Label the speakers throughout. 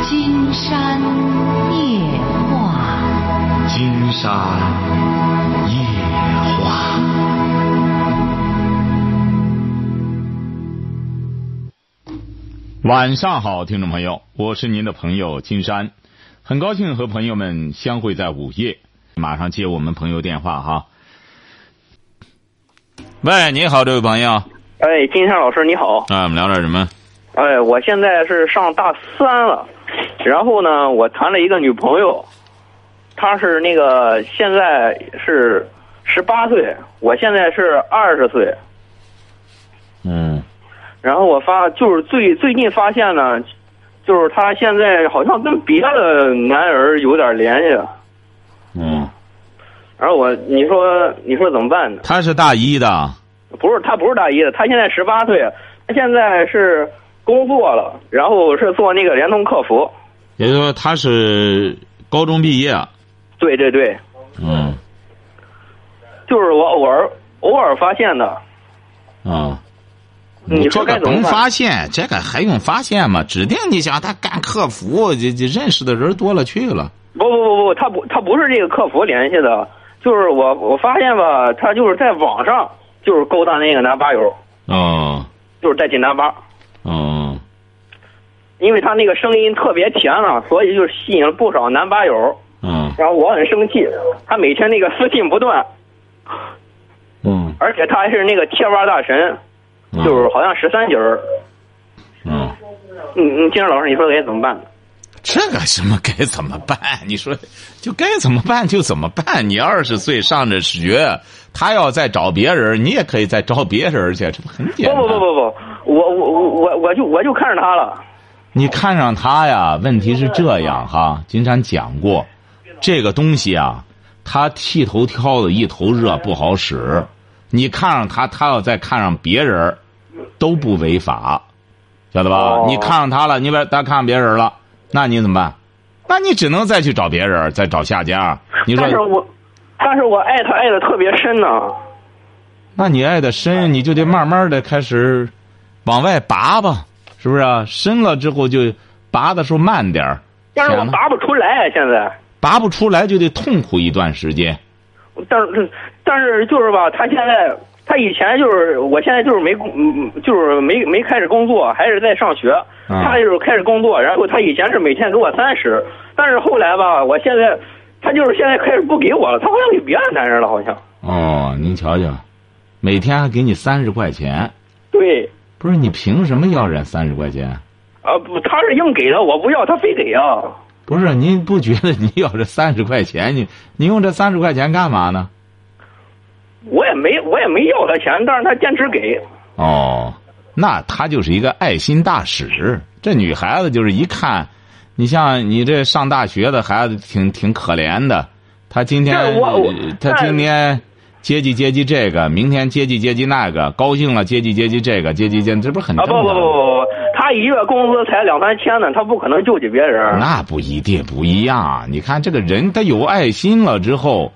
Speaker 1: 金山夜话，
Speaker 2: 金山夜话。晚上好，听众朋友，我是您的朋友金山，很高兴和朋友们相会在午夜。马上接我们朋友电话哈。喂，你好，这位朋友，啊、
Speaker 3: 哎，金山老师你好，
Speaker 2: 我们聊点什么？
Speaker 3: 哎，我现在是上大三了，然后呢，我谈了一个女朋友，她是那个现在是十八岁，我现在是二十岁，
Speaker 2: 嗯，
Speaker 3: 然后我发就是最最近发现呢，就是她现在好像跟别的男人有点联系，
Speaker 2: 嗯，
Speaker 3: 然后我你说你说怎么办呢？
Speaker 2: 他是大一的，
Speaker 3: 不是，她不是大一的，她现在十八岁，她现在是工作了，然后是做那个联通客服，
Speaker 2: 也就是说他是高中毕业，
Speaker 3: 对对对，
Speaker 2: 嗯
Speaker 3: 就是我偶尔偶尔发现的。
Speaker 2: 啊。
Speaker 3: 你
Speaker 2: 这
Speaker 3: 说该
Speaker 2: 个
Speaker 3: 怎
Speaker 2: 甭
Speaker 3: 么办？
Speaker 2: 发现，这个还用发现吗？指定你想他干客服，这这认识的人多了去了。
Speaker 3: 不不不不，他不他不是这个客服联系的，就是我我发现吧，他就是在网上就是勾搭那个男吧友，
Speaker 2: 哦
Speaker 3: 就是带进男吧，
Speaker 2: 哦，
Speaker 3: 因为他那个声音特别甜了，所以就吸引了不少男吧友。
Speaker 2: 嗯
Speaker 3: 然后我很生气，他每天那个私信不断，
Speaker 2: 嗯，
Speaker 3: 而且他还是那个贴吧大神，就是好像十三级儿。
Speaker 2: 嗯，
Speaker 3: 嗯嗯，金山老师，你说该怎么办？
Speaker 2: 这个什么该怎么办？你说就该怎么办就怎么办。你二十岁上着学，他要再找别人，你也可以再招别人去，这不很简
Speaker 3: 不不
Speaker 2: 单？
Speaker 3: 不不不，我我我我我就我就看上他了。
Speaker 2: 你看上他呀？问题是这样哈，金山讲过，这个东西啊，他剃头挑子一头热不好使。你看上他，他要再看上别人儿，都不违法，晓得吧？
Speaker 3: 哦
Speaker 2: 你看上他了，你把他看上别人了，那你怎么办？那你只能再去找别人儿，再找下家。你
Speaker 3: 但是
Speaker 2: 说，
Speaker 3: 我，但是我爱他爱的特别深呢、
Speaker 2: 那你爱的深，你就得慢慢的开始往外拔吧，是不是啊？深了之后就拔的时候慢点儿。
Speaker 3: 但是
Speaker 2: 钱
Speaker 3: 我
Speaker 2: 呢
Speaker 3: 拔不出来啊现在。
Speaker 2: 拔不出来就得痛苦一段时间。
Speaker 3: 但是但是就是吧，他现在他以前就是，我现在就是没工，嗯就是没没开始工作，还是在上学。
Speaker 2: 嗯
Speaker 3: 他就是开始工作，然后他以前是每天给我三十，但是后来吧，我现在他就是现在开始不给我了，他好像给别的男人了，好像。
Speaker 2: 哦，您瞧瞧，每天还给你三十块钱，
Speaker 3: 对，
Speaker 2: 不是你凭什么要人三十块钱？
Speaker 3: 啊不，他是硬给的，我不要，他非给啊。
Speaker 2: 不是您不觉得你要这三十块钱，你你用这三十块钱干嘛呢？
Speaker 3: 我也没我也没要他钱，但是他坚持给。
Speaker 2: 哦，那她就是一个爱心大使。这女孩子就是一看，你像你这上大学的孩子挺，挺可怜的。她今天
Speaker 3: 这我我
Speaker 2: 她
Speaker 3: 但
Speaker 2: 今天接济接济这个，明天接济接济那个，高兴了接济接济这个，接济接济这不是很
Speaker 3: 啊
Speaker 2: 正常
Speaker 3: 不
Speaker 2: 吗？
Speaker 3: 不不不不，他一月工资才两三千呢，他不可能救济别人。
Speaker 2: 那不一定不一样。啊你看这个人，他有爱心了之后，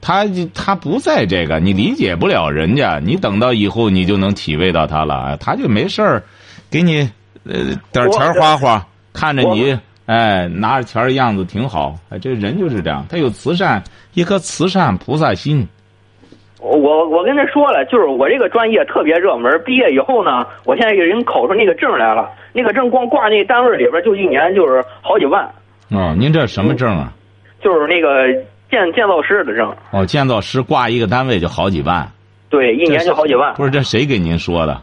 Speaker 2: 他他不在这个，你理解不了人家。你等到以后，你就能体味到他了。啊他就没事儿，给你呃点儿钱儿花花，看着你哎拿着钱儿样子挺好。哎，这人就是这样，他有慈善，一颗慈善菩萨心。
Speaker 3: 我我跟他说了，就是我这个专业特别热门，毕业以后呢，我现在给人考出那个证来了，那个证光挂那单位里边就一年就是好几万，
Speaker 2: 哦，您这什么证啊？
Speaker 3: 就是那个建建造师的证，
Speaker 2: 哦，建造师挂一个单位就好几万。
Speaker 3: 对，一
Speaker 2: 一
Speaker 3: 年就好几万。
Speaker 2: 不是，这谁给您说的？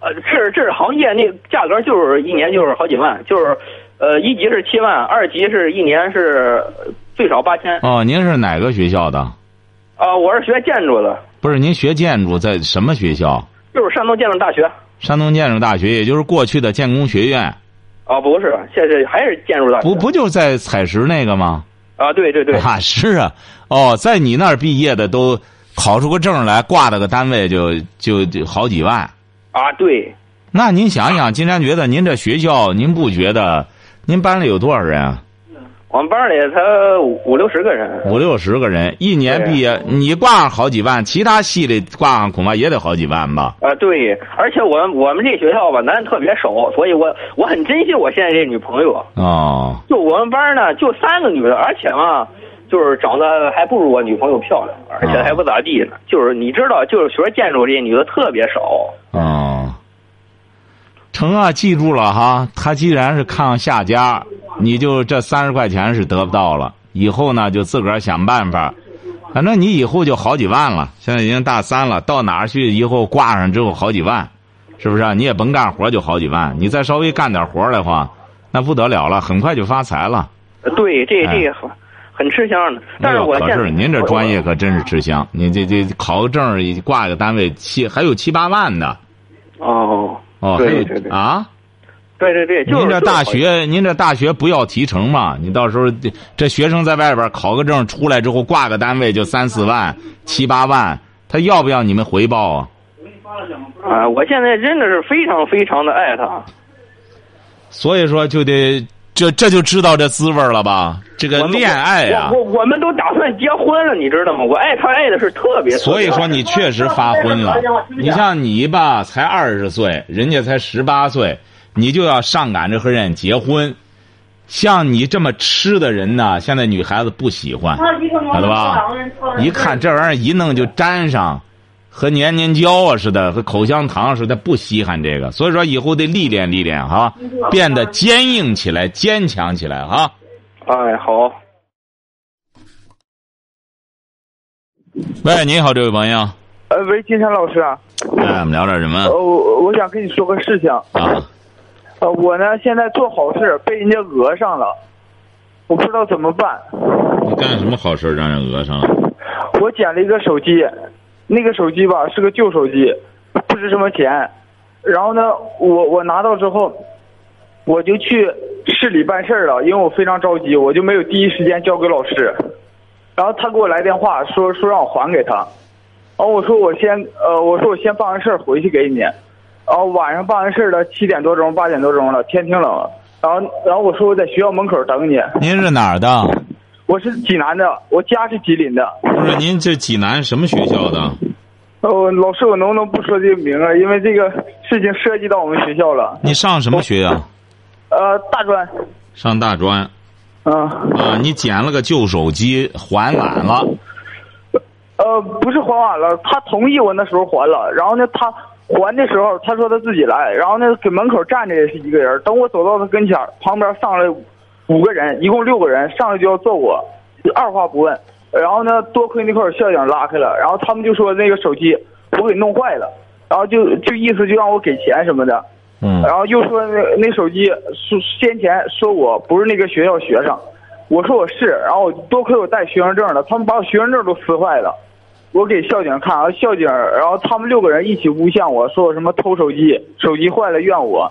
Speaker 3: 呃，这这是行业那个价格就是一年就是好几万，就是，呃，一级是七万，二级是一年是最少八千。
Speaker 2: 哦，您是哪个学校的？
Speaker 3: 啊、我是学建筑的，
Speaker 2: 不是，您学建筑在什么学校？
Speaker 3: 就是山东建筑大学。
Speaker 2: 山东建筑大学，也就是过去的建工学院，
Speaker 3: 啊，不是，现在还是建筑大学。
Speaker 2: 不不就是在采石那个吗？
Speaker 3: 啊，对对对，
Speaker 2: 啊，是啊，哦，在你那儿毕业的都考出个证来，挂了个单位就就就好几万。
Speaker 3: 啊对，
Speaker 2: 那您想想，金山觉得您这学校，您不觉得您班里有多少人啊？
Speaker 3: 啊、我们班里才五五六十个人，
Speaker 2: 五六十个人，一年毕业，
Speaker 3: 啊
Speaker 2: 你挂上好几万，其他系里挂上恐怕也得好几万吧？
Speaker 3: 啊，对，而且我我们这学校吧，男的特别少，所以我我很珍惜我现在这女朋友。
Speaker 2: 哦，
Speaker 3: 就我们班呢，就三个女的，而且嘛，就是长得还不如我女朋友漂亮，而且还不咋地呢。就是你知道，就是学建筑这女的特别少。
Speaker 2: 哦，成啊，记住了哈，他既然是看上下家，你就这三十块钱是得不到了，以后呢就自个儿想办法。反正你以后就好几万了，现在已经大三了，到哪儿去以后挂上之后好几万，是不是、啊？你也甭干活就好几万，你再稍微干点活的话，那不得了了，很快就发财了。
Speaker 3: 呃对，这
Speaker 2: 哎
Speaker 3: 这很很吃香的。但是
Speaker 2: 哎呦
Speaker 3: 我
Speaker 2: 可
Speaker 3: 现在
Speaker 2: 是您这专业可真是吃香，你这这考个证儿挂个单位七还有七八万的
Speaker 3: 哦
Speaker 2: 哦，
Speaker 3: 对
Speaker 2: 还有
Speaker 3: 对对
Speaker 2: 啊。
Speaker 3: 对对对，就是
Speaker 2: 您这大
Speaker 3: 就是
Speaker 2: 学，您这大学不要提成嘛？你到时候这这学生在外边考个证出来之后，挂个单位就三四万、七八万，他要不要你们回报啊？
Speaker 3: 啊、我现在真的是非常非常的爱她。
Speaker 2: 所以说就得这这就知道这滋味儿了吧？这个
Speaker 3: 我们
Speaker 2: 恋爱哎呀、
Speaker 3: 我我我们都打算结婚了，你知道吗？我爱她爱的是特别。
Speaker 2: 所以说你确实发昏了。你像你吧，才二十岁，人家才十八岁，你就要上赶着和人家结婚。像你这么痴的人呢，现在女孩子不喜欢，晓得啊吧？一看这玩意儿一弄就粘上，和粘粘胶啊似的，和口香糖似的，不稀罕这个。所以说以后得历练历练哈，变得坚硬起来，坚强起来哈。
Speaker 3: 哎，好，
Speaker 2: 喂，你好，这位朋友，
Speaker 4: 呃，喂，金山老师啊，
Speaker 2: 哎，我们聊点什么
Speaker 4: 呃，我我想跟你说个事情，
Speaker 2: 啊？
Speaker 4: 呃，我呢现在做好事被人家讹上了，我不知道怎么办。
Speaker 2: 你干什么好事儿让人讹上了？
Speaker 4: 我捡了一个手机，那个手机吧是个旧手机，不值什么钱。然后呢，我我拿到之后，我就去市里办事儿了，因为我非常着急，我就没有第一时间交给老师。然后他给我来电话说说让我还给他，然后我说我先呃我说我先办完事儿回去给你，然后晚上办完事儿了七点多钟八点多钟了天挺冷了，然后然后我说我在学校门口等你，
Speaker 2: 您是哪儿的？
Speaker 4: 我是济南的，我家是吉林的，
Speaker 2: 不是您这济南什么学校的？
Speaker 4: 哦，老师，我能不能不说这个名啊？因为这个事情涉及到我们学校了。
Speaker 2: 你上什么学呀？
Speaker 4: 呃，大专，
Speaker 2: 上大专
Speaker 4: 嗯、
Speaker 2: 啊？你捡了个旧手机，还晚了。
Speaker 4: 呃，不是还完了，他同意我那时候还了，然后呢，他还的时候他说他自己来，然后呢，给门口站着也是一个人，等我走到他跟前儿，旁边上来五个人，一共六个人，上来就要揍我，二话不问。然后呢，多亏那块儿校长拉开了，然后他们就说那个手机我给弄坏了，然后就就意思就让我给钱什么的。
Speaker 2: 嗯
Speaker 4: 然后又说那那手机说先前说我不是那个学校学生，我说我是，然后我多亏我带学生证了，他们把我学生证都撕坏了，我给校警看，然后校警，然后他们六个人一起诬陷我说我什么偷手机，手机坏了怨我，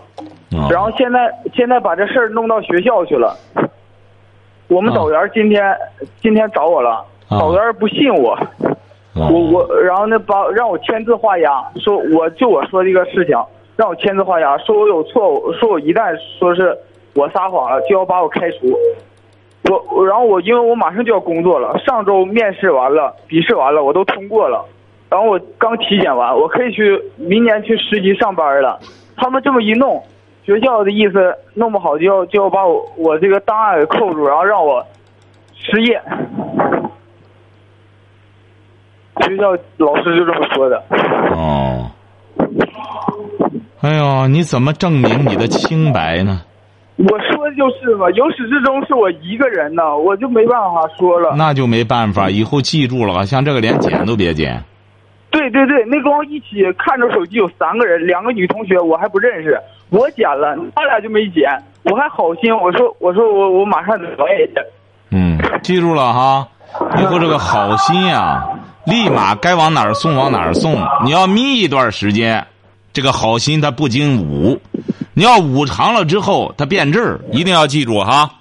Speaker 2: 啊
Speaker 4: 然后现在现在把这事儿弄到学校去了，我们
Speaker 2: 啊
Speaker 4: 导员今天今天找我了，
Speaker 2: 啊
Speaker 4: 导员不信我，
Speaker 2: 我
Speaker 4: 我我然后呢把让我签字画押，说我就我说这个事情，让我签字画押，说我有错误，说我一旦说是我撒谎了，就要把我开除。我我然后我因为我马上就要工作了，上周面试完了，笔试完了，我都通过了，然后我刚体检完，我可以去明年去实习上班了。他们这么一弄，学校的意思弄不好就要就要把我我这个档案给扣住，然后让我失业。学校老师就这么说的。
Speaker 2: 哦，哎呦，你怎么证明你的清白呢？
Speaker 4: 我说的就是嘛，由始至终是我一个人呢，我就没办法说了。
Speaker 2: 那就没办法，以后记住了，像这个连捡都别捡。
Speaker 4: 对对对，那光一起看着手机有三个人，两个女同学我还不认识，我捡了，他俩就没捡，我还好心，我说我说我我马上我也去。
Speaker 2: 嗯，记住了哈，以后这个好心啊，立马该往哪儿送往哪儿送。你要眯一段时间，这个好心它不经捂，你要捂长了之后它变质，一定要记住哈。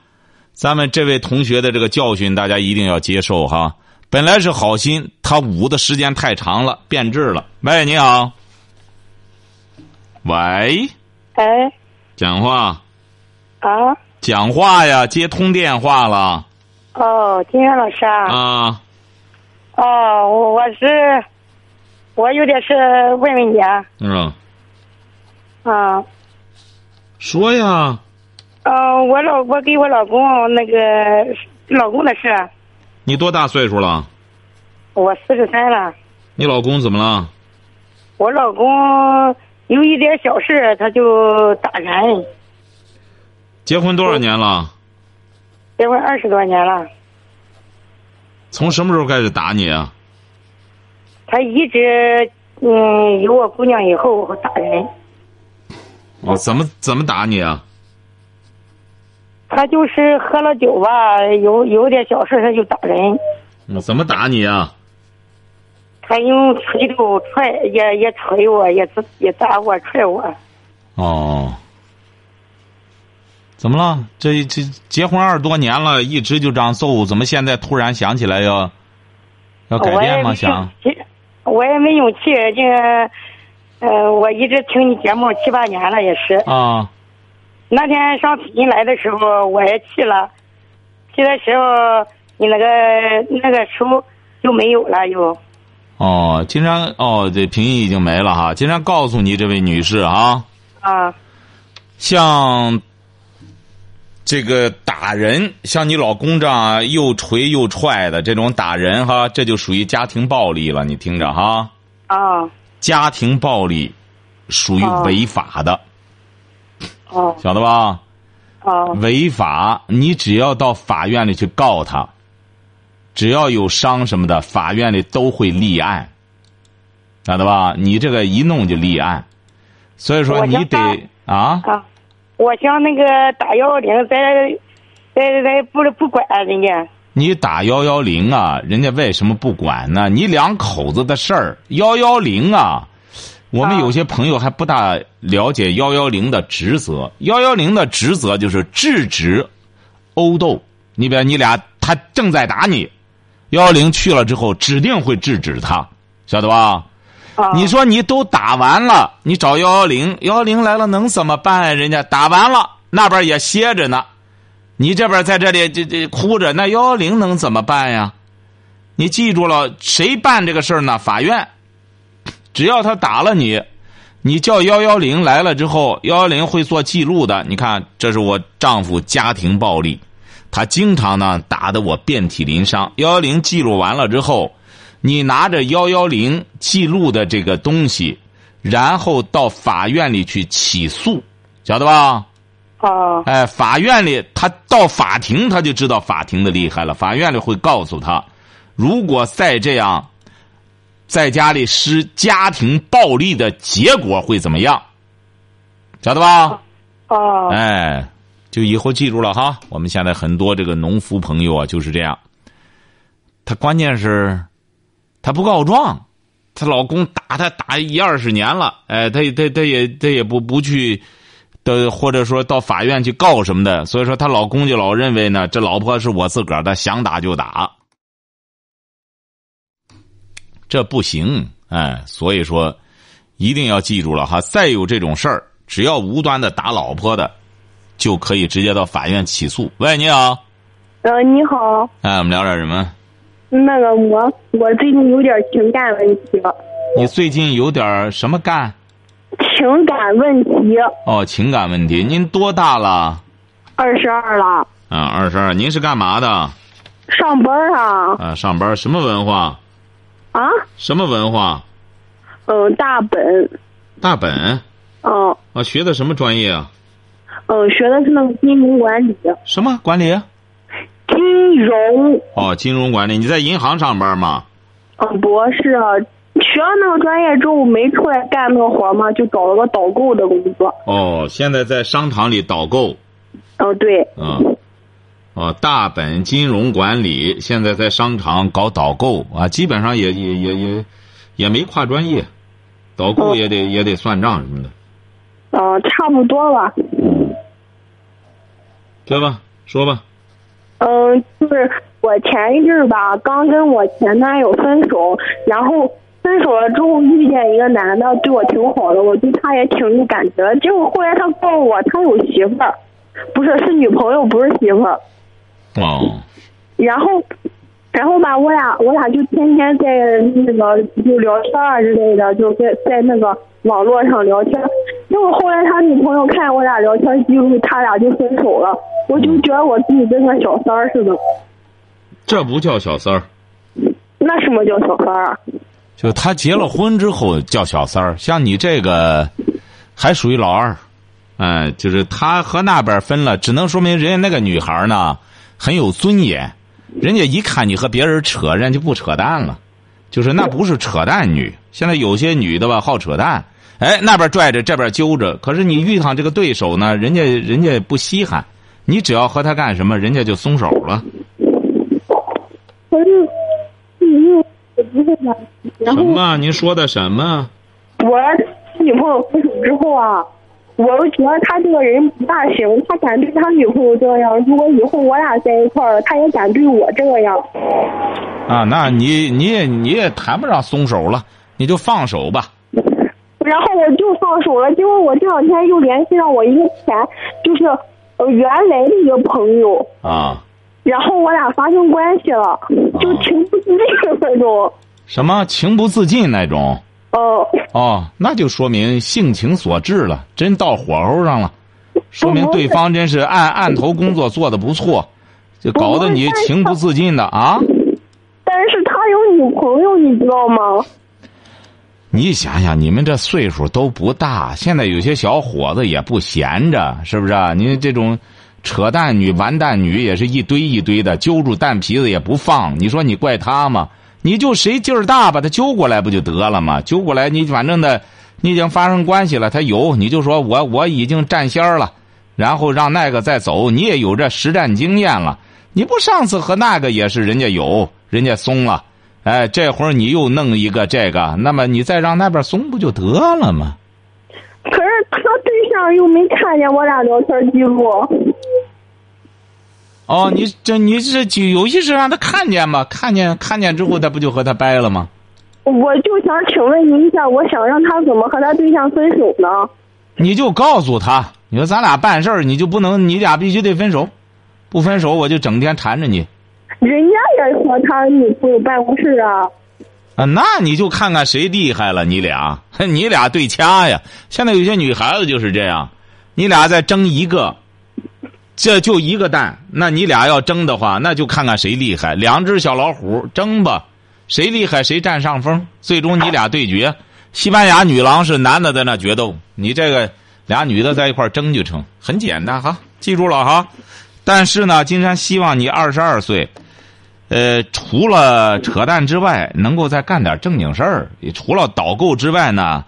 Speaker 2: 咱们这位同学的这个教训，大家一定要接受哈。本来是好心，他捂的时间太长了，变质了。喂，你好。喂，
Speaker 5: 哎
Speaker 2: 讲话，
Speaker 5: 啊，
Speaker 2: 讲话呀，接通电话了
Speaker 5: 哦，金山老师啊，
Speaker 2: 啊。
Speaker 5: 哦，我我是我有点事问问你啊，
Speaker 2: 嗯，
Speaker 5: 啊，
Speaker 2: 说呀，
Speaker 5: 嗯、我老我给我老公那个老公的事，啊
Speaker 2: 你多大岁数了？
Speaker 5: 我四十三了，
Speaker 2: 你老公怎么了？
Speaker 5: 我老公有一点小事他就打人，
Speaker 2: 结婚多少年了？
Speaker 5: 结婚二十多年了，
Speaker 2: 从什么时候开始打你啊？
Speaker 5: 他一直嗯有我姑娘以后打人，
Speaker 2: 哦，怎么怎么打你啊？
Speaker 5: 他就是喝了酒吧，有有点小事他就打人，
Speaker 2: 嗯怎么打你啊？
Speaker 5: 他用锤头踹也也捶我，也自也打我踹我。
Speaker 2: 哦，怎么了？这这结婚二十多年了，一直就这样揍，怎么现在突然想起来要要改
Speaker 5: 我也
Speaker 2: 变
Speaker 5: 没
Speaker 2: 吗？想
Speaker 5: 勇气，我也没勇气。这个，呃，我一直听你节目七八年了，也是。
Speaker 2: 啊，
Speaker 5: 那天上北京来的时候，我也去了，去的时候你那个那个书就没有了，又。
Speaker 2: 哦，金山哦，这评议已经没了哈。金山告诉你，这位女士啊，
Speaker 5: 啊，
Speaker 2: 像这个打人，像你老公这样又捶又踹的这种打人哈，这就属于家庭暴力了。你听着哈，
Speaker 5: 啊，
Speaker 2: 家庭暴力属于
Speaker 5: 哦
Speaker 2: 违法的，
Speaker 5: 哦，
Speaker 2: 晓得吧？
Speaker 5: 哦，
Speaker 2: 违法，你只要到法院里去告他，只要有伤什么的，法院里都会立案，晓得吧？你这个一弄就立案，所以说
Speaker 5: 我
Speaker 2: 你
Speaker 5: 知道
Speaker 2: 得啊，
Speaker 5: 啊，我想那个打幺幺零，在在在不不管人家。
Speaker 2: 你打幺幺零啊，人家为什么不管呢？你两口子的事儿，幺幺零啊，我们
Speaker 5: 啊
Speaker 2: 有些朋友还不大了解幺幺零的职责。幺幺零的职责就是制止殴斗。你比如你俩他正在打你，幺幺零去了之后指定会制止他，晓得吧？
Speaker 5: 啊，
Speaker 2: 你说你都打完了，你找幺幺零，幺幺零来了能怎么办？人家打完了，那边也歇着呢，你这边在这里这这哭着，那幺幺零能怎么办呀？你记住了，谁办这个事儿呢？法院，只要他打了你，你叫幺幺零来了之后，幺幺零会做记录的。你看，这是我丈夫家庭暴力，他经常呢打得我遍体鳞伤。幺幺零记录完了之后，你拿着幺幺零记录的这个东西，然后到法院里去起诉，晓得吧？
Speaker 5: 啊
Speaker 2: 哎，法院里他到法庭他就知道法庭的厉害了，法院里会告诉他，如果再这样，在家里施家庭暴力的结果会怎么样？晓得吧？
Speaker 5: 啊
Speaker 2: 哎，就以后记住了哈。我们现在很多这个农夫朋友啊，就是这样。她关键是，她不告状，她老公打她打一二十年了，哎，她也她她也她也不不去的，或者说到法院去告什么的，所以说她老公就老认为呢，这老婆是我自个儿的，想打就打，这不行，哎，所以说一定要记住了哈，再有这种事儿，只要无端的打老婆的，就可以直接到法院起诉。喂，你好，
Speaker 6: 呃，你好，
Speaker 2: 哎，我们聊点什么？
Speaker 6: 那个我我最近有点情感问题，
Speaker 2: 你最近有点儿什么干？
Speaker 6: 情感问题，
Speaker 2: 哦，情感问题。您多大了？
Speaker 6: 二十二了，
Speaker 2: 啊，二十二。您是干嘛的？
Speaker 6: 上班啊
Speaker 2: 啊，上班。什么文化？
Speaker 6: 啊，
Speaker 2: 什么文化？
Speaker 6: 嗯、大本，
Speaker 2: 大本。
Speaker 6: 嗯、
Speaker 2: 啊，学的什么专业啊？
Speaker 6: 嗯、学的是那个金融管理，
Speaker 2: 什么管理？
Speaker 6: 金融，
Speaker 2: 哦，金融管理。你在银行上班吗？
Speaker 6: 嗯、博士啊，学了那个专业之后没出来干那个活嘛，就找了个导购的工作，
Speaker 2: 哦，现在在商场里导购。
Speaker 6: 嗯、对，
Speaker 2: 啊，哦，大本金融管理现在在商场搞导购啊，基本上也也也也也没跨专业，导购
Speaker 6: 哦
Speaker 2: 也得也得算账什么的，
Speaker 6: 嗯、差不多吧，
Speaker 2: 对吧？说吧。
Speaker 6: 嗯，就是我前一阵儿吧，刚跟我前男友分手，然后分手了之后遇见一个男的，对我挺好的，我对他也挺有感觉的。结果后来他告诉我他有媳妇儿，不是是女朋友，不是媳妇儿。
Speaker 2: 哦，
Speaker 6: 然后，然后吧，我俩我俩就天天在那个就聊天啊之类的，就在在那个网络上聊天。结果后来他女朋友看我俩聊天记录，他俩就分手了。我就觉得我自己跟个小三儿似的。
Speaker 2: 这不叫小三儿，
Speaker 6: 那什么叫小三儿啊？
Speaker 2: 就他结了婚之后叫小三儿，像你这个还属于老二，哎，就是他和那边分了，只能说明人家那个女孩呢很有尊严，人家一看你和别人扯，人家就不扯淡了，就是那不是扯淡女。现在有些女的吧好扯淡，哎，那边拽着这边揪着，可是你遇上这个对手呢，人家人家不稀罕，你只要和他干什么，人家就松手了。
Speaker 6: 可是，嗯，我不会吧？然后
Speaker 2: 么？您说的什么？
Speaker 6: 我女朋友分手之后啊，我就觉得他这个人不大行，他敢对他女朋友这样，如果以后我俩在一块儿，他也敢对我这样。
Speaker 2: 啊，那你你也你也谈不上松手了，你就放手吧。
Speaker 6: 然后我就放手了，结果我这两天又联系上我一个前，就是呃原来的一个朋友，
Speaker 2: 啊，
Speaker 6: 然后我俩发生关系了，就情不自禁的那种。
Speaker 2: 什么情不自禁那种？
Speaker 6: 哦、
Speaker 2: 哦，那就说明性情所致了，真到火候上了，说明对方真是暗暗头工作做的不错，就搞得你情不自禁的啊！
Speaker 6: 但是他有女朋友，你知道吗？
Speaker 2: 你想想，你们这岁数都不大，现在有些小伙子也不闲着，是不是、啊？您这种扯淡女、完蛋女也是一堆一堆的，揪住蛋皮子也不放。你说你怪他吗？你就谁劲儿大，把他揪过来不就得了吗？揪过来，你反正的，你已经发生关系了，他有，你就说我我已经占仙儿了，然后让那个再走，你也有这实战经验了。你不上次和那个也是人家有，人家松了。哎，这会儿你又弄一个这个，那么你再让那边松不就得了吗？
Speaker 6: 可是他对象又没看见我俩聊天记录，
Speaker 2: 哦，你这你这就有意识让他看见嘛，看见看见之后，他不就和他掰了吗？
Speaker 6: 我就想请问您一下，我想让他怎么和他对象分手呢？
Speaker 2: 你就告诉他，你说咱俩办事儿，你就不能，你俩必须得分手，不分手我就整天缠着你
Speaker 6: 人家也和他女朋友办公室啊，
Speaker 2: 啊，那你就看看谁厉害了，你俩 你俩对掐呀。现在有些女孩子就是这样，你俩再争一个，这就一个蛋，那你俩要争的话，那就看看谁厉害，两只小老虎争吧，谁厉害谁占上风，最终你俩对决。西班牙女郎是男的在那决斗，你这个俩女的在一块儿争就成，很简单哈，记住了哈。但是呢，金山希望你二十二岁，呃，除了扯淡之外，能够再干点正经事儿。除了导购之外呢，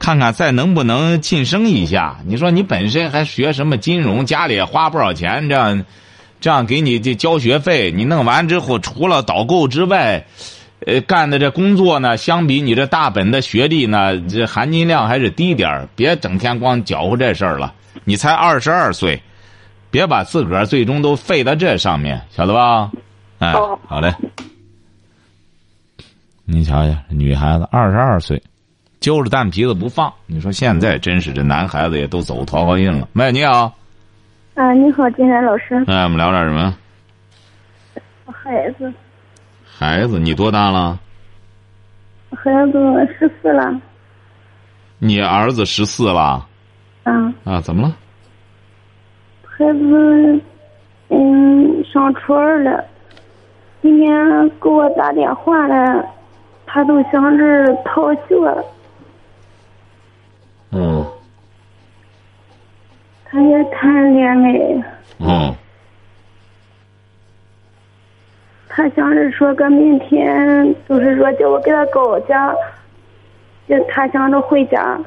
Speaker 2: 看看再能不能晋升一下。你说你本身还学什么金融，家里也花不少钱，这样，这样给你这交学费，你弄完之后，除了导购之外，呃，干的这工作呢，相比你这大本的学历呢，这含金量还是低点儿。别整天光搅和这事儿了，你才二十二岁，别把自个儿最终都废到这上面，晓得吧？哎
Speaker 6: 哦，
Speaker 2: 好嘞。你瞧瞧，女孩子二十二岁，揪着蛋皮子不放。你说现在真是这男孩子也都走桃花运了。喂，你好，
Speaker 6: 啊，你好，金山老师，
Speaker 2: 哎，我们聊点什么？
Speaker 6: 孩子，
Speaker 2: 孩子，你多大了？
Speaker 6: 孩子十四了，
Speaker 2: 你儿子十四了
Speaker 6: 啊，
Speaker 2: 啊？怎么了？
Speaker 6: 孩子，嗯，上初二了，今天给我打电话了，他都想着逃学了，
Speaker 2: 嗯
Speaker 6: 他也谈恋爱，
Speaker 2: 嗯
Speaker 6: 他想着说个明天，就是说叫我给他搞家，就他想着回家，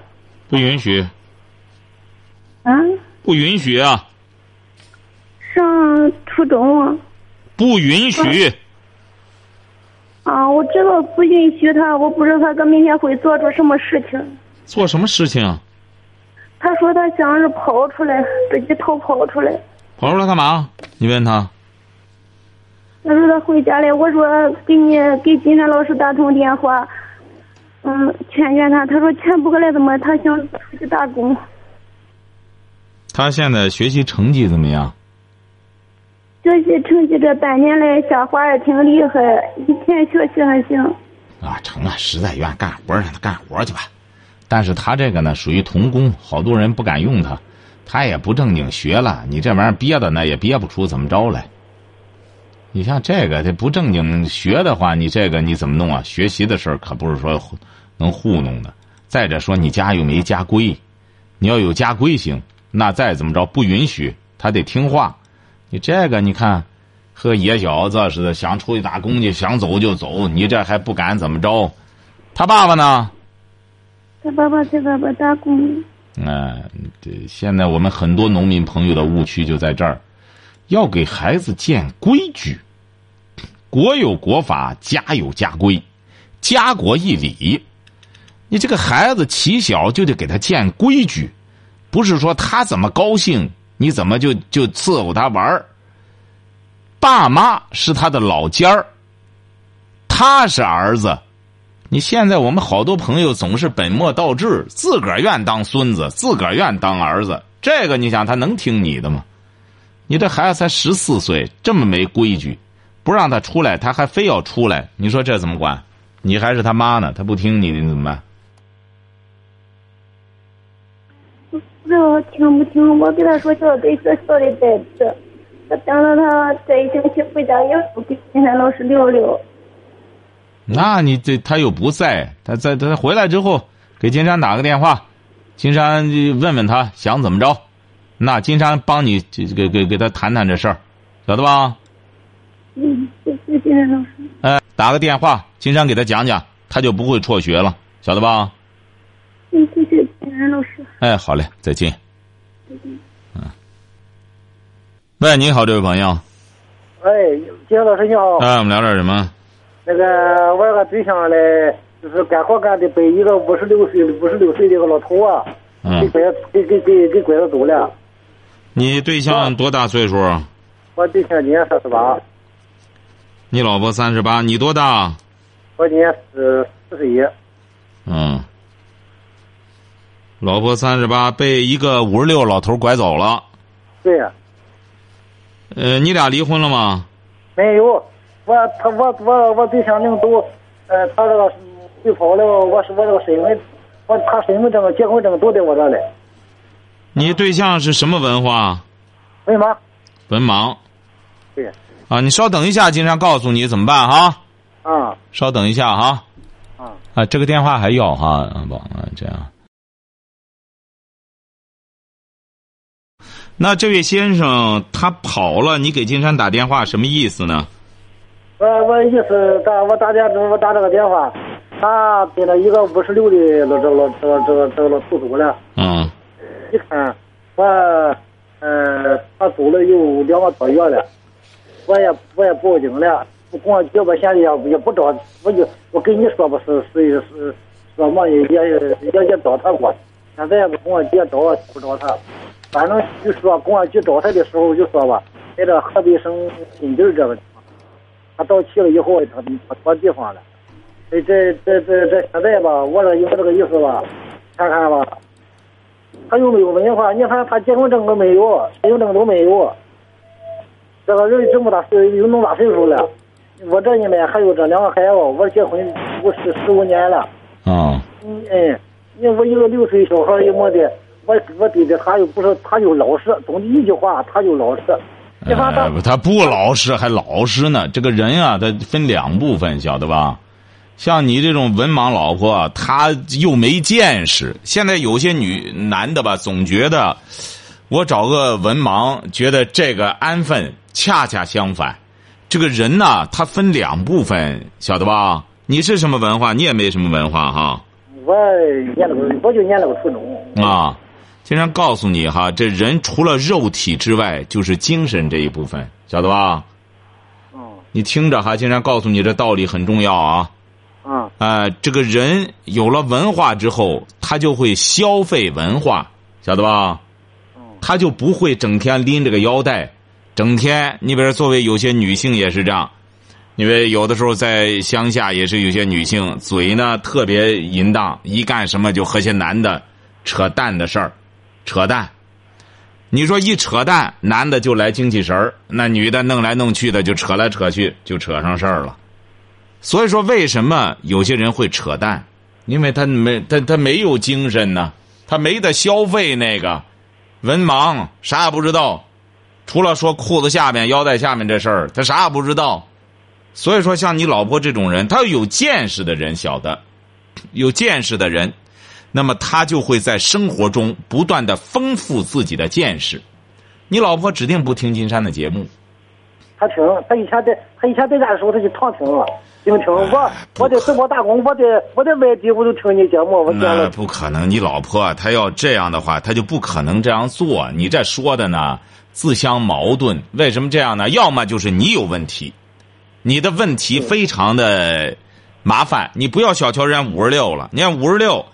Speaker 2: 不允许，
Speaker 6: 啊，
Speaker 2: 不允许啊！
Speaker 6: 上初中啊。
Speaker 2: 不允许！
Speaker 6: 啊，我知道不允许他，我不知道他哥明天会做出什么事情。
Speaker 2: 做什么事情？啊
Speaker 6: 他说他想是跑出来，自己偷跑出来。
Speaker 2: 跑出来干嘛？你问他。
Speaker 6: 他说他回家来，我说给你给金山老师打通电话，嗯，劝劝他。他说钱不过来怎么？他想出去打工。
Speaker 2: 他现在学习成绩怎么样？
Speaker 6: 学习成绩这半年来，小花儿挺厉害，以前学习还行。
Speaker 2: 啊，成啊，实在愿意干活儿让他干活儿去吧。但是他这个呢，属于童工，好多人不敢用他，他也不正经学了，你这玩意儿憋的呢也憋不出怎么着来。你像这个，这不正经学的话，你这个你怎么弄啊？学习的事儿可不是说糊能糊弄的。再者说，你家又没家规，你要有家规行，那再怎么着不允许，他得听话。你这个你看，和野小子似的，想出去打工去，想走就走，你这还不敢怎么着？他爸爸呢？
Speaker 6: 他爸爸在外边打工，
Speaker 2: 嗯，这现在我们很多农民朋友的误区就在这儿，要给孩子建规矩。国有国法，家有家规，家国一理。你这个孩子起小就得给他建规矩，不是说他怎么高兴，你怎么就就伺候他玩儿。爸妈是他的老尖儿，他是儿子，你现在我们好多朋友总是本末倒置，自个儿愿当孙子，自个儿愿当儿子，这个你想他能听你的吗？你这孩子才十四岁，这么没规矩，不让他出来，他还非要出来，你说这怎么管？你还是他妈呢，他不听你，你怎么办？
Speaker 6: 不知道听不听。我跟他说叫在学校里待着，我等到他这一星期回家以后，跟金山老师聊聊。
Speaker 2: 那你这他又不在，他在他回来之后给金山打个电话，金山就问问他想怎么着，那金山帮你这这给给给他谈谈这事儿，晓得吧？
Speaker 6: 嗯，谢谢金山老师。
Speaker 2: 哎，打个电话，金山给他讲讲，他就不会辍学了，晓得吧？
Speaker 6: 嗯，谢谢金山老师。
Speaker 2: 哎，好嘞，再见。
Speaker 6: 再见。
Speaker 2: 喂，你好，这位朋友，
Speaker 7: 喂，哎金老师你好，
Speaker 2: 哎，我们聊点什么？
Speaker 7: 那个我有个对象嘞，就是干活干的被一个五十六岁五十六岁的一个老头啊，给
Speaker 2: 嗯，
Speaker 7: 拐给给给给拐着走了。
Speaker 2: 你对象多大岁数？
Speaker 7: 我对象今年三十八，
Speaker 2: 你老婆三十八，你多大？
Speaker 7: 我今年是四十一，
Speaker 2: 嗯，老婆三十八，被一个五十六老头拐走了。
Speaker 7: 对，
Speaker 2: 呃，你俩离婚了吗？
Speaker 7: 没有，我他我我我对象领都，呃，他这个会跑了，我是我这个身份，我他身份证、结婚证都在我这里，
Speaker 2: 你对象是什么文化？
Speaker 7: 为嘛？
Speaker 2: 文盲
Speaker 7: 对，
Speaker 2: 啊！你稍等一下，金山告诉你怎么办哈。
Speaker 7: 啊
Speaker 2: 稍等一下哈。
Speaker 7: 啊。
Speaker 2: 啊，这个电话还要哈，啊，宝啊，这样。那这位先生他跑了，你给金山打电话什么意思呢？
Speaker 7: 呃我我意思打我打电我打这个电话，他跟了一个五十六的老这老这个这个这个老头走了。
Speaker 2: 嗯，
Speaker 7: 一看我，呃，他走了有两个多月了，我也我也报警了，不光结果现在也也不找，我就我跟你说吧，是是是，说嘛也也也也找他过，现在也不公安局也找不着他，反正就说公安局找他的时候就说吧，在这河北省新地儿这个地方，他到期了以后他他多地方了。这这这这这现在吧，我这有这个意思吧，看看吧，他又没有文化，你看他结婚证都没有，结婚证都没有。这个人这么大岁，有那么大岁数了，我这一面还有这两个孩子，我结婚我十十五年了，
Speaker 2: 哦，
Speaker 7: 嗯嗯，你我一个六岁小孩也没得，我我对着他又不是，他又老实，总之一句话他就老实。你看他
Speaker 2: 呃，他不老实还老实呢。这个人啊，他分两部分，晓得吧？像你这种文盲老婆啊，她又没见识。现在有些女男的吧，总觉得我找个文盲，觉得这个安分。恰恰相反，这个人呐、他分两部分，晓得吧？你是什么文化？你也没什么文化哈。
Speaker 7: 我念了个，我就念了个初中。
Speaker 2: 啊，经常告诉你哈，这人除了肉体之外，就是精神这一部分，晓得吧？
Speaker 7: 嗯
Speaker 2: 你听着哈，经常告诉你这道理很重要啊。
Speaker 7: 嗯
Speaker 2: 呃，这个人有了文化之后，他就会消费文化，晓得吧？他就不会整天拎着个腰带，整天。你比如作为有些女性也是这样，因为有的时候在乡下也是有些女性嘴呢特别淫荡，一干什么就和些男的扯淡的事儿，扯淡。你说一扯淡，男的就来精气神儿，那女的弄来弄去的就扯来扯去，就扯上事儿了。所以说，为什么有些人会扯淡？因为他没他他没有精神呢、他没得消费那个文盲，啥也不知道，除了说裤子下面、腰带下面这事儿，他啥也不知道。所以说，像你老婆这种人，她有见识的人晓得， 有见识的人，那么他就会在生活中不断的丰富自己的见识。你老婆指定不听金山的节目，
Speaker 7: 他听，他以前在，他以前在家的时候他就常听了，就听我，我在中国打工，我在我在外地我就听你节目，我听
Speaker 2: 那
Speaker 7: 了，
Speaker 2: 不可能。你老婆她要这样的话，她就不可能这样做。你这说的呢，自相矛盾。为什么这样呢？要么就是你有问题，你的问题非常的麻烦。你不要小瞧人家五十六了，你看五十六，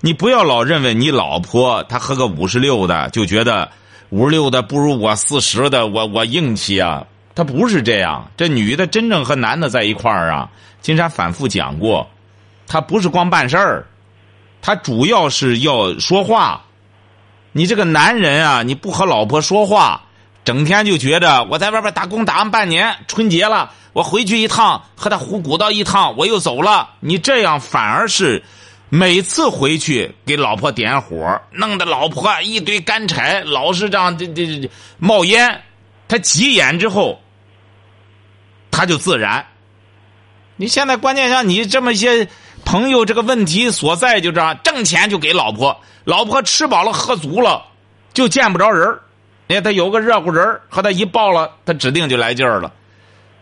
Speaker 2: 你不要老认为你老婆她喝个五十六的就觉得五十六的不如我四十的，我我硬气啊。她不是这样，这女的真正和男的在一块儿啊，金山反复讲过，她不是光办事儿。他主要是要说话。你这个男人啊，你不和老婆说话，整天就觉着我在外边打工打完半年，春节了，我回去一趟，和他胡鼓捣一趟，我又走了。你这样反而是每次回去给老婆点火，弄得老婆一堆干柴，老是这样这这这冒烟。他急眼之后，他就自燃。你现在关键像你这么些朋友，这个问题所在就这样，挣钱就给老婆，老婆吃饱了喝足了，就见不着人儿。你看他有个热乎人儿和他一抱了，他指定就来劲儿了。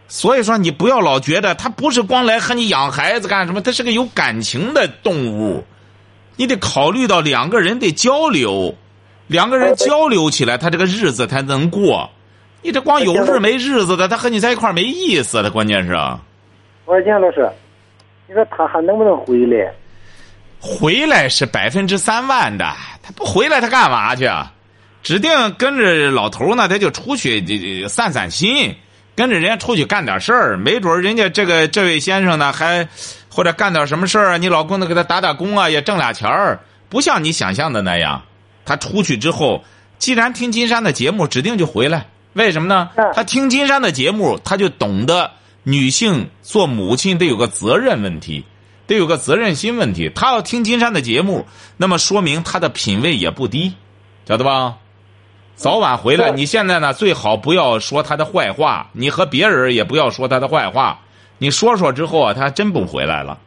Speaker 2: 所以说，你不要老觉得他不是光来和你养孩子干什么，他是个有感情的动物，你得考虑到两个人得交流，两个人交流起来，他这个日子才能过。你这光有日没日子的，他和你在一块儿没意思的，关键是啊。
Speaker 7: 我说金老师，你说他还能不能回来？
Speaker 2: 回来是百分之三万的，他不回来他干嘛去？啊？指定跟着老头儿呢，他就出去这这散散心，跟着人家出去干点事儿，没准儿人家这个这位先生呢，还或者干点什么事儿啊，你老公呢给他打打工啊，也挣俩钱儿，不像你想象的那样。他出去之后，既然听金山的节目，指定就回来。为什么呢
Speaker 7: 嗯？
Speaker 2: 他听金山的节目，他就懂得女性做母亲得有个责任问题，得有个责任心问题。他要听金山的节目，那么说明他的品位也不低，晓得吧？早晚回来，
Speaker 7: 对
Speaker 2: 你现在呢最好不要说他的坏话，你和别人也不要说他的坏话。你说说之后啊，他还真不回来了，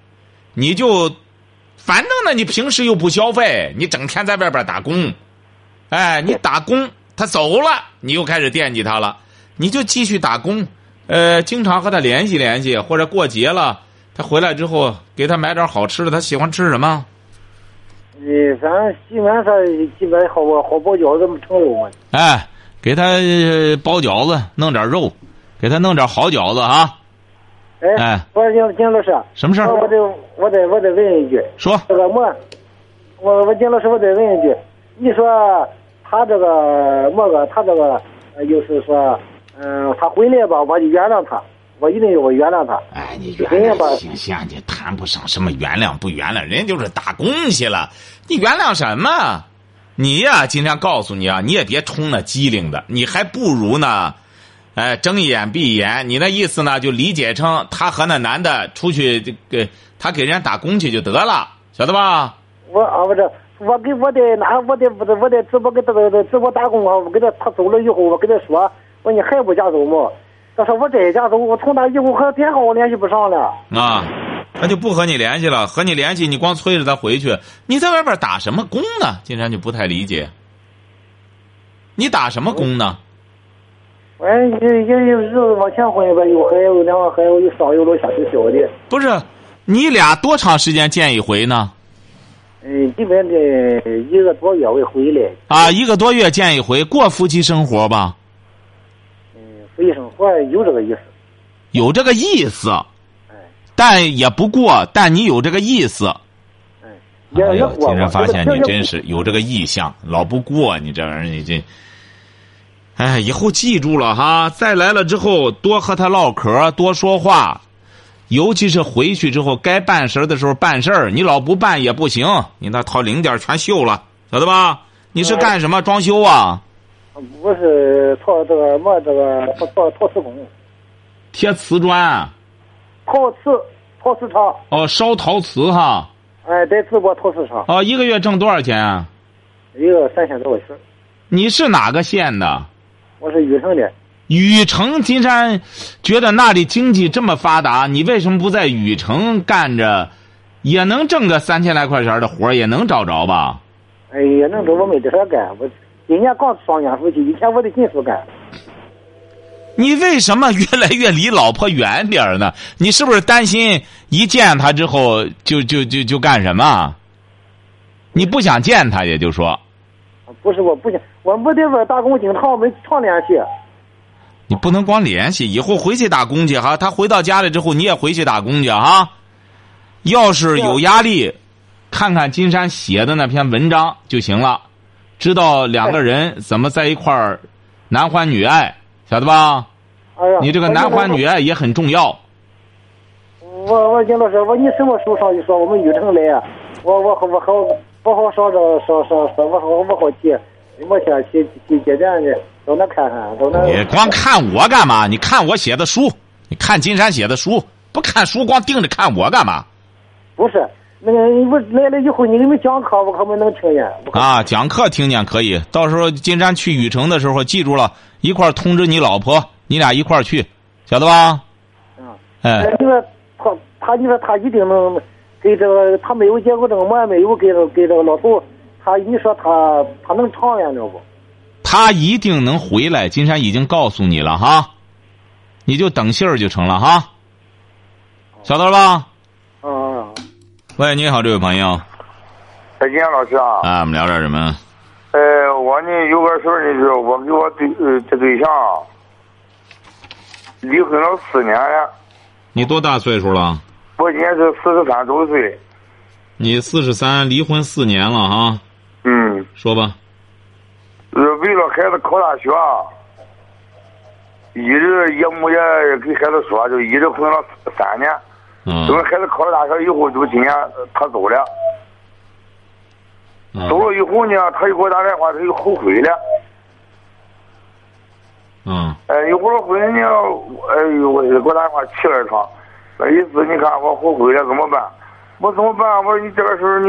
Speaker 2: 你就，反正呢，你平时又不消费，你整天在外边打工，哎，你打工，他走了，你又开始惦记他了，你就继续打工，呃，经常和他联系联系，或者过节了，他回来之后给他买点好吃的，他喜欢吃什么？
Speaker 7: 你反正基本上基本好包好包饺子么成肉嘛。
Speaker 2: 哎，给他呃包饺子，弄点肉，给他弄点好饺子啊！哎
Speaker 7: 哎，我说金金老师，
Speaker 2: 什么事儿
Speaker 7: 我得我得我得问一句，
Speaker 2: 说
Speaker 7: 这个么，我我金老师，我得问一句，你说他这个么个，他这个，呃就是说，嗯、他回来吧，我就原谅他，我一定我原谅他。
Speaker 2: 哎，你原
Speaker 7: 原谅吧
Speaker 2: 谅行行，你谈不上什么原谅不原谅，人家就是打工去了，你原谅什么？你呀、今天告诉你啊，你也别充那机灵的，你还不如呢，哎，睁一眼闭一眼。你那意思呢，就理解成他和那男的出去这个，他给人家打工去就得了，晓得吧？
Speaker 7: 我啊，我这我给我得拿我得我得我得直播给他直播打工啊，我给他他走了以后，我跟他说，我说你还不家走吗？他说我在家走，我从那以后和电话我联系不上了。
Speaker 2: 啊，他就不和你联系了，和你联系你光催着他回去，你在外边打什么工呢？金山就不太理解，你打什么工呢？
Speaker 7: 我说也也有日子往前混呗，有孩有两个孩，有上有老下有小的，
Speaker 2: 不是，你俩多长时间见一回呢？
Speaker 7: 嗯，基本得一个多月会回来，
Speaker 2: 啊，一个多月见一回，过夫妻生活吧，
Speaker 7: 嗯，所以生活有这个意思。
Speaker 2: 有这个意思，
Speaker 7: 哎
Speaker 2: 但也不过，但你有这个意思。
Speaker 7: 哎，也
Speaker 2: 哎
Speaker 7: 也
Speaker 2: 呦，
Speaker 7: 过
Speaker 2: 竟然
Speaker 7: 过，
Speaker 2: 发现
Speaker 7: 这
Speaker 2: 你
Speaker 7: 个
Speaker 2: 真是有这个意向，老不过你这玩意儿，你这，哎，以后记住了哈，再来了之后多和他唠嗑，多说话，尤其是回去之后该办事儿的时候办事儿，你老不办也不行，你那套零件全锈了，晓得吧？你是干什么装修啊？
Speaker 7: 不是做这个么这个做做做瓷工，
Speaker 2: 贴瓷砖啊，
Speaker 7: 陶瓷陶瓷厂，
Speaker 2: 哦，烧陶瓷哈，
Speaker 7: 哎，在淄博陶瓷厂，
Speaker 2: 哦，一个月挣多少钱啊？
Speaker 7: 一个三千多块钱。
Speaker 2: 你是哪个县的？
Speaker 7: 我是禹城的，
Speaker 2: 禹城金山，觉得那里经济这么发达，你为什么不在禹城干着，也能挣个三千来块钱的活儿也能找着吧？
Speaker 7: 哎呀，那时候我没得事干，
Speaker 2: 嗯
Speaker 7: 我一年刚上年夫去，一天我得进去干。
Speaker 2: 你为什么越来越离老婆远点儿呢？你是不是担心一见她之后就就就就干什么？你不想见她，也就说
Speaker 7: 不是我不想，我没得我打工经常没常联系。
Speaker 2: 你不能光联系，以后回去打工去哈。她回到家里之后，你也回去打工去哈。要是有压力，看看金山写的那篇文章就行了，知道两个人怎么在一块儿男欢女爱，晓得吧？
Speaker 7: 哎呀，
Speaker 2: 你这个男欢女爱也很重要。
Speaker 7: 我我金老师，我你什么时候上去说我们禹城来呀、我我我好我好上这上上上，我好我好去，我想去去街店去，到那看看，到那。
Speaker 2: 你光看我干嘛？你看我写的书，你看金山写的书，不看书光盯着看我干嘛？
Speaker 7: 不是那个，你不来了以后，你给们讲课，我可没能听见。我可
Speaker 2: 啊，讲课听见可以，到时候金山去禹城的时候，记住了，一块儿通知你老婆，你俩一块儿去，晓得吧？
Speaker 7: 嗯，
Speaker 2: 哎，
Speaker 7: 你说他他，你说他一定能给这个，他没有结过这个我也没有给这个给这个老头，他你说他他能长远了不？
Speaker 2: 他一定能回来。金山已经告诉你了哈，你就等信儿就成了哈，
Speaker 7: 哦
Speaker 2: 晓得了吧？
Speaker 7: 嗯，
Speaker 2: 喂，你好，这位朋友，
Speaker 8: 哎，金阳哎老师啊，
Speaker 2: 啊，我们聊点什么？
Speaker 8: 呃，我呢有个事儿呢，是我跟我对呃这对象啊离婚了四年了，
Speaker 2: 你多大岁数了？
Speaker 8: 我今年是四十三周岁，
Speaker 2: 你四十三，离婚四年了哈，
Speaker 8: 嗯，
Speaker 2: 说吧。
Speaker 8: 是为了孩子考大学啊，一直也没也给孩子说，就一直混了三年，
Speaker 2: 嗯
Speaker 8: 等孩子考了大学以后，就今年呃他走了，
Speaker 2: 嗯
Speaker 8: 走了以后呢，他又给我打电话，他又后悔了。
Speaker 2: 嗯
Speaker 8: 哎，一会儿回去呢，我哎呦，我给我打电话气了他，那意思你看我后悔了怎么办？我怎么办？我说你这个时候你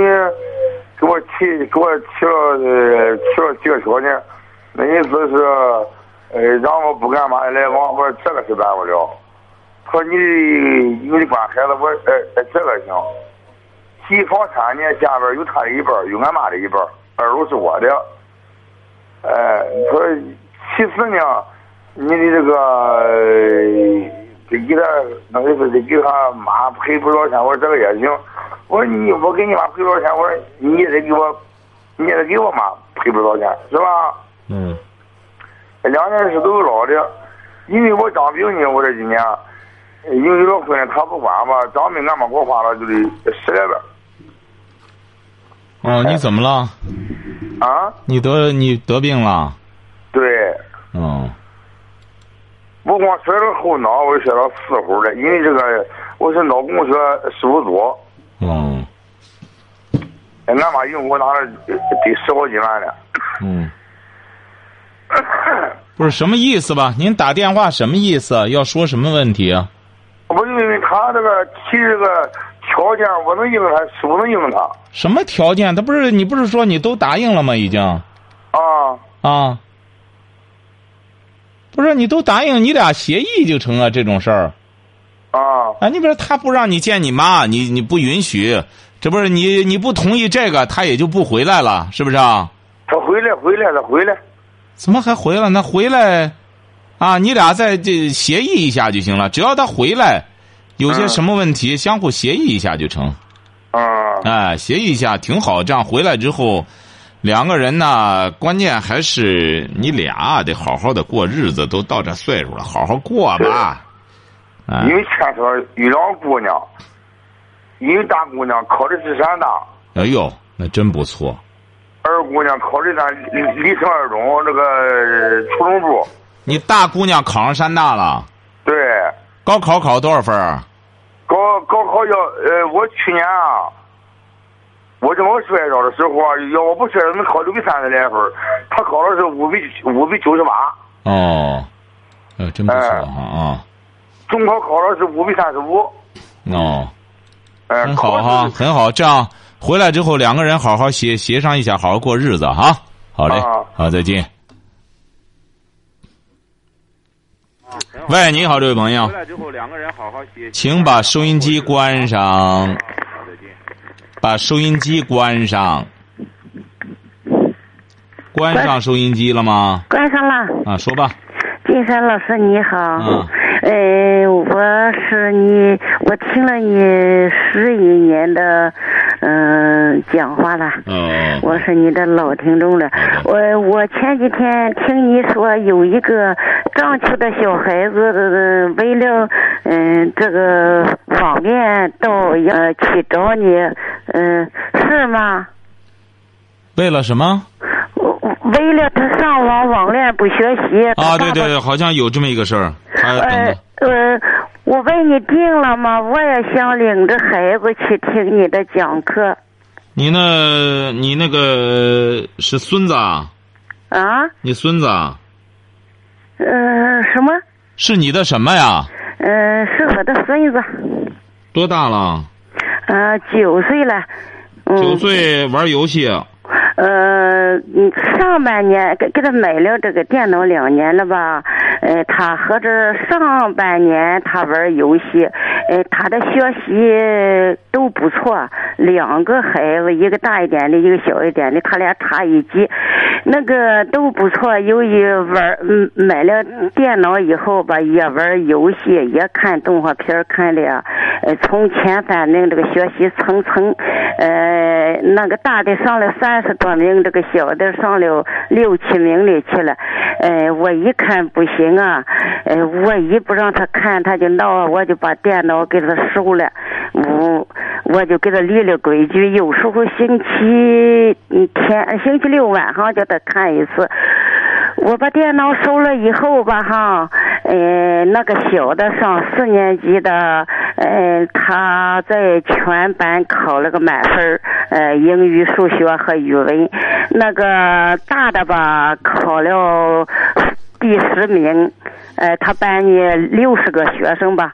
Speaker 8: 给我气，给我气了呃气了几个小呢？那意思是，呃，让我不干嘛来往，我说这个是办不了。他说你你管孩子，我说呃呃这个行。几房产呢，下边有他的一半，有俺妈的一半，二楼是我的。哎，他说其次呢，你的这个呃得给他，那意思得给他妈赔不少钱，我说这个也行。我说你，我给你妈赔多少钱？我说你也得给我，你也得给我妈赔不少钱，是吧？
Speaker 2: 嗯
Speaker 8: 两件事都是老的，因为我长病呢，我这几年，呃因为这婚他不管吧，长病俺妈给我花了就得十来万
Speaker 2: 哦，你怎么了？
Speaker 8: 啊。
Speaker 2: 你得你得病了？
Speaker 8: 对，
Speaker 2: 嗯
Speaker 8: 不光摔了后脑，我摔了四回了，因为这个我是脑供血手术
Speaker 2: 嗯
Speaker 8: 哎俺妈一共给我拿了得得十好几万了。
Speaker 2: 嗯，不是什么意思吧？您打电话什么意思？要说什么问题啊？
Speaker 8: 我就因为他这个提这个条件，我能应他，是不能应他
Speaker 2: 什么条件？他不是你不是说你都答应了吗？已经
Speaker 8: 啊。
Speaker 2: 啊？不是你都答应，你俩协议就成啊？这种事儿
Speaker 8: 啊，
Speaker 2: 啊？你比如他不让你见你妈，你你不允许，这不是你你不同意这个，他也就不回来了，是不是啊？
Speaker 8: 他回来，回来，他回来。
Speaker 2: 怎么还回来？那回来，啊，你俩再这协议一下就行了。只要他回来，有些
Speaker 8: 嗯
Speaker 2: 什么问题，相互协议一下就成。
Speaker 8: 啊，
Speaker 2: 哎，协议一下挺好。这样回来之后，两个人呢，关键还是你俩得好好的过日子，都到这岁数了，好好过吧。哎
Speaker 8: 因为牵扯有两个姑娘，一个大姑娘考的是山大，
Speaker 2: 哎呦，那真不错。
Speaker 8: 二姑娘考的咱理理城二中那个初中部。
Speaker 2: 你大姑娘考上山大了，
Speaker 8: 对，
Speaker 2: 高考考多少分儿啊？
Speaker 8: 高高考要呃，我去年啊，我这往摔着的时候啊，要我不摔着，能考六比三十来分儿他考的是五比五比九十八，
Speaker 2: 哦，呃，真不错
Speaker 8: 哎
Speaker 2: 啊
Speaker 8: 中考考的是五比三十五，
Speaker 2: 啊，哦，
Speaker 8: 哎，
Speaker 2: 很好
Speaker 8: 考
Speaker 2: 哈，
Speaker 8: 的是
Speaker 2: 很好。这样回来之后，两个人好好协协商一下，好好过日子哈。好嘞
Speaker 8: 啊，
Speaker 2: 好，再见。喂，你好，这位朋友，
Speaker 9: 来之后两个人好好歇。
Speaker 2: 请把收音机关上，把收音机关上。关上收音机了吗？
Speaker 10: 关上了，
Speaker 2: 啊，说吧。
Speaker 10: 金山老师你好。
Speaker 2: 嗯
Speaker 10: 呃，我是你，我听了你十一年的，嗯、讲话了。
Speaker 2: 嗯，
Speaker 10: 我是你的老听众了，我我前几天听你说有一个藏区的小孩子，呃、为了嗯、这个方便到呃去找你，嗯、是吗？
Speaker 2: 为了什么？
Speaker 10: 我我为了他上网网恋不学习，他
Speaker 2: 啊，
Speaker 10: 爸
Speaker 2: 对
Speaker 10: 爸
Speaker 2: 对对，好像有这么一个事儿。啊他等
Speaker 10: 呃
Speaker 2: 等。
Speaker 10: 呃，我问你定了吗？我也想领着孩子去听你的讲课
Speaker 2: 你那，你那个是孙子啊？
Speaker 10: 啊。
Speaker 2: 你孙子啊？
Speaker 10: 呃，什么？
Speaker 2: 是你的什么呀？
Speaker 10: 呃，是我的孙子，
Speaker 2: 多大了？
Speaker 10: 呃，九岁了。嗯、
Speaker 2: 九。岁玩游戏，啊
Speaker 10: 呃，嗯上半年给给他买了这个电脑两年了吧？呃，他合着上半年他玩游戏，呃，他的学习都不错，两个孩子，一个大一点的，一个小一点的，他俩差一级，那个都不错。由于玩嗯买了电脑以后吧，也玩游戏，也看动画片儿看的呀，呃，从前反正这个学习层层，呃，那个大的上了三十多名，这个小的上了六七名里去了。呃，我一看不行啊，呃，我一不让他看，他就闹啊，我就把电脑给他收了，我我就给他立了规矩，有时候星期天、呃星期六晚上叫他看一次。我把电脑收了以后吧，哈，呃，那个小的上四年级的，呃，他在全班考了个满分儿呃，英语、数学和语文。那个大的吧，考了第十名，呃，他班里六十个学生吧，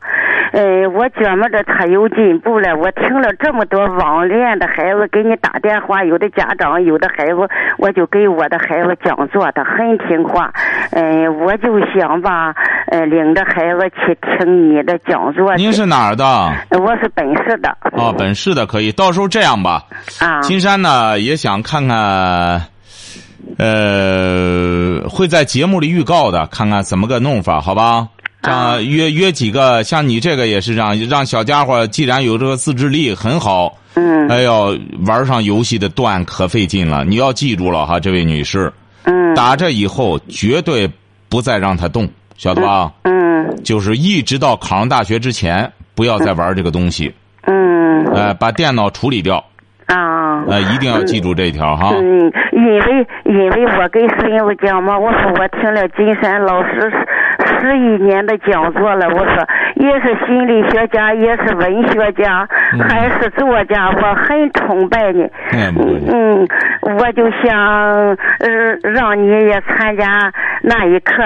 Speaker 10: 呃，我觉么着他有进步了。我听了这么多网恋的孩子给你打电话，有的家长，有的孩子，我就给我的孩子讲座，他很听话。呃，我就想吧，呃，领着孩子去听你的讲座。
Speaker 2: 您是哪儿的？
Speaker 10: 呃？我是本市的。
Speaker 2: 哦，本市的可以。到时候这样吧，
Speaker 10: 啊。
Speaker 2: 金山呢也想看看，呃，会在节目里预告的，看看怎么个弄法，好吧？这
Speaker 10: 啊
Speaker 2: 样约约几个，像你这个也是这样，让小家伙既然有这个自制力很好，
Speaker 10: 嗯
Speaker 2: 哎呦，玩上游戏的段可费劲了。你要记住了哈，这位女士，
Speaker 10: 嗯
Speaker 2: 打这以后绝对不再让他动，晓得吧？
Speaker 10: 嗯
Speaker 2: 就是一直到考上大学之前，不要再玩这个东西，
Speaker 10: 嗯
Speaker 2: 呃，把电脑处理掉，
Speaker 10: 啊。
Speaker 2: 呃，一定要记住这条哈。
Speaker 10: 嗯，因为因为我跟孙子讲嘛，我说我听了金山老师十十一年的讲座了，我说也是心理学家，也是文学家，还是作家，我很崇拜你。
Speaker 2: 哎不客气
Speaker 10: 嗯，我就想呃让你也参加那一课，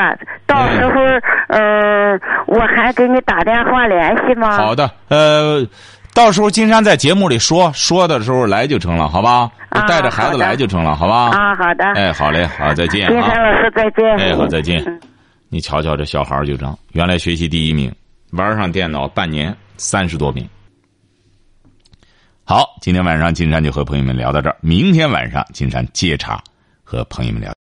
Speaker 10: 到时候呃我还给你打电话联系吗？
Speaker 2: 好的，呃，到时候金山在节目里说说的时候来就成了，好吧？
Speaker 10: 啊
Speaker 2: 带着孩子
Speaker 10: 好的
Speaker 2: 来就成了，好吧？
Speaker 10: 啊，好的。
Speaker 2: 哎，好嘞，好，再见
Speaker 10: 金
Speaker 2: 啊
Speaker 10: 山。老师再见。
Speaker 2: 哎，好，再见
Speaker 10: 嗯。
Speaker 2: 你瞧瞧这小孩儿就这样，原来学习第一名，玩上电脑半年三十多名。好，今天晚上金山就和朋友们聊到这儿，明天晚上金山接茬和朋友们聊。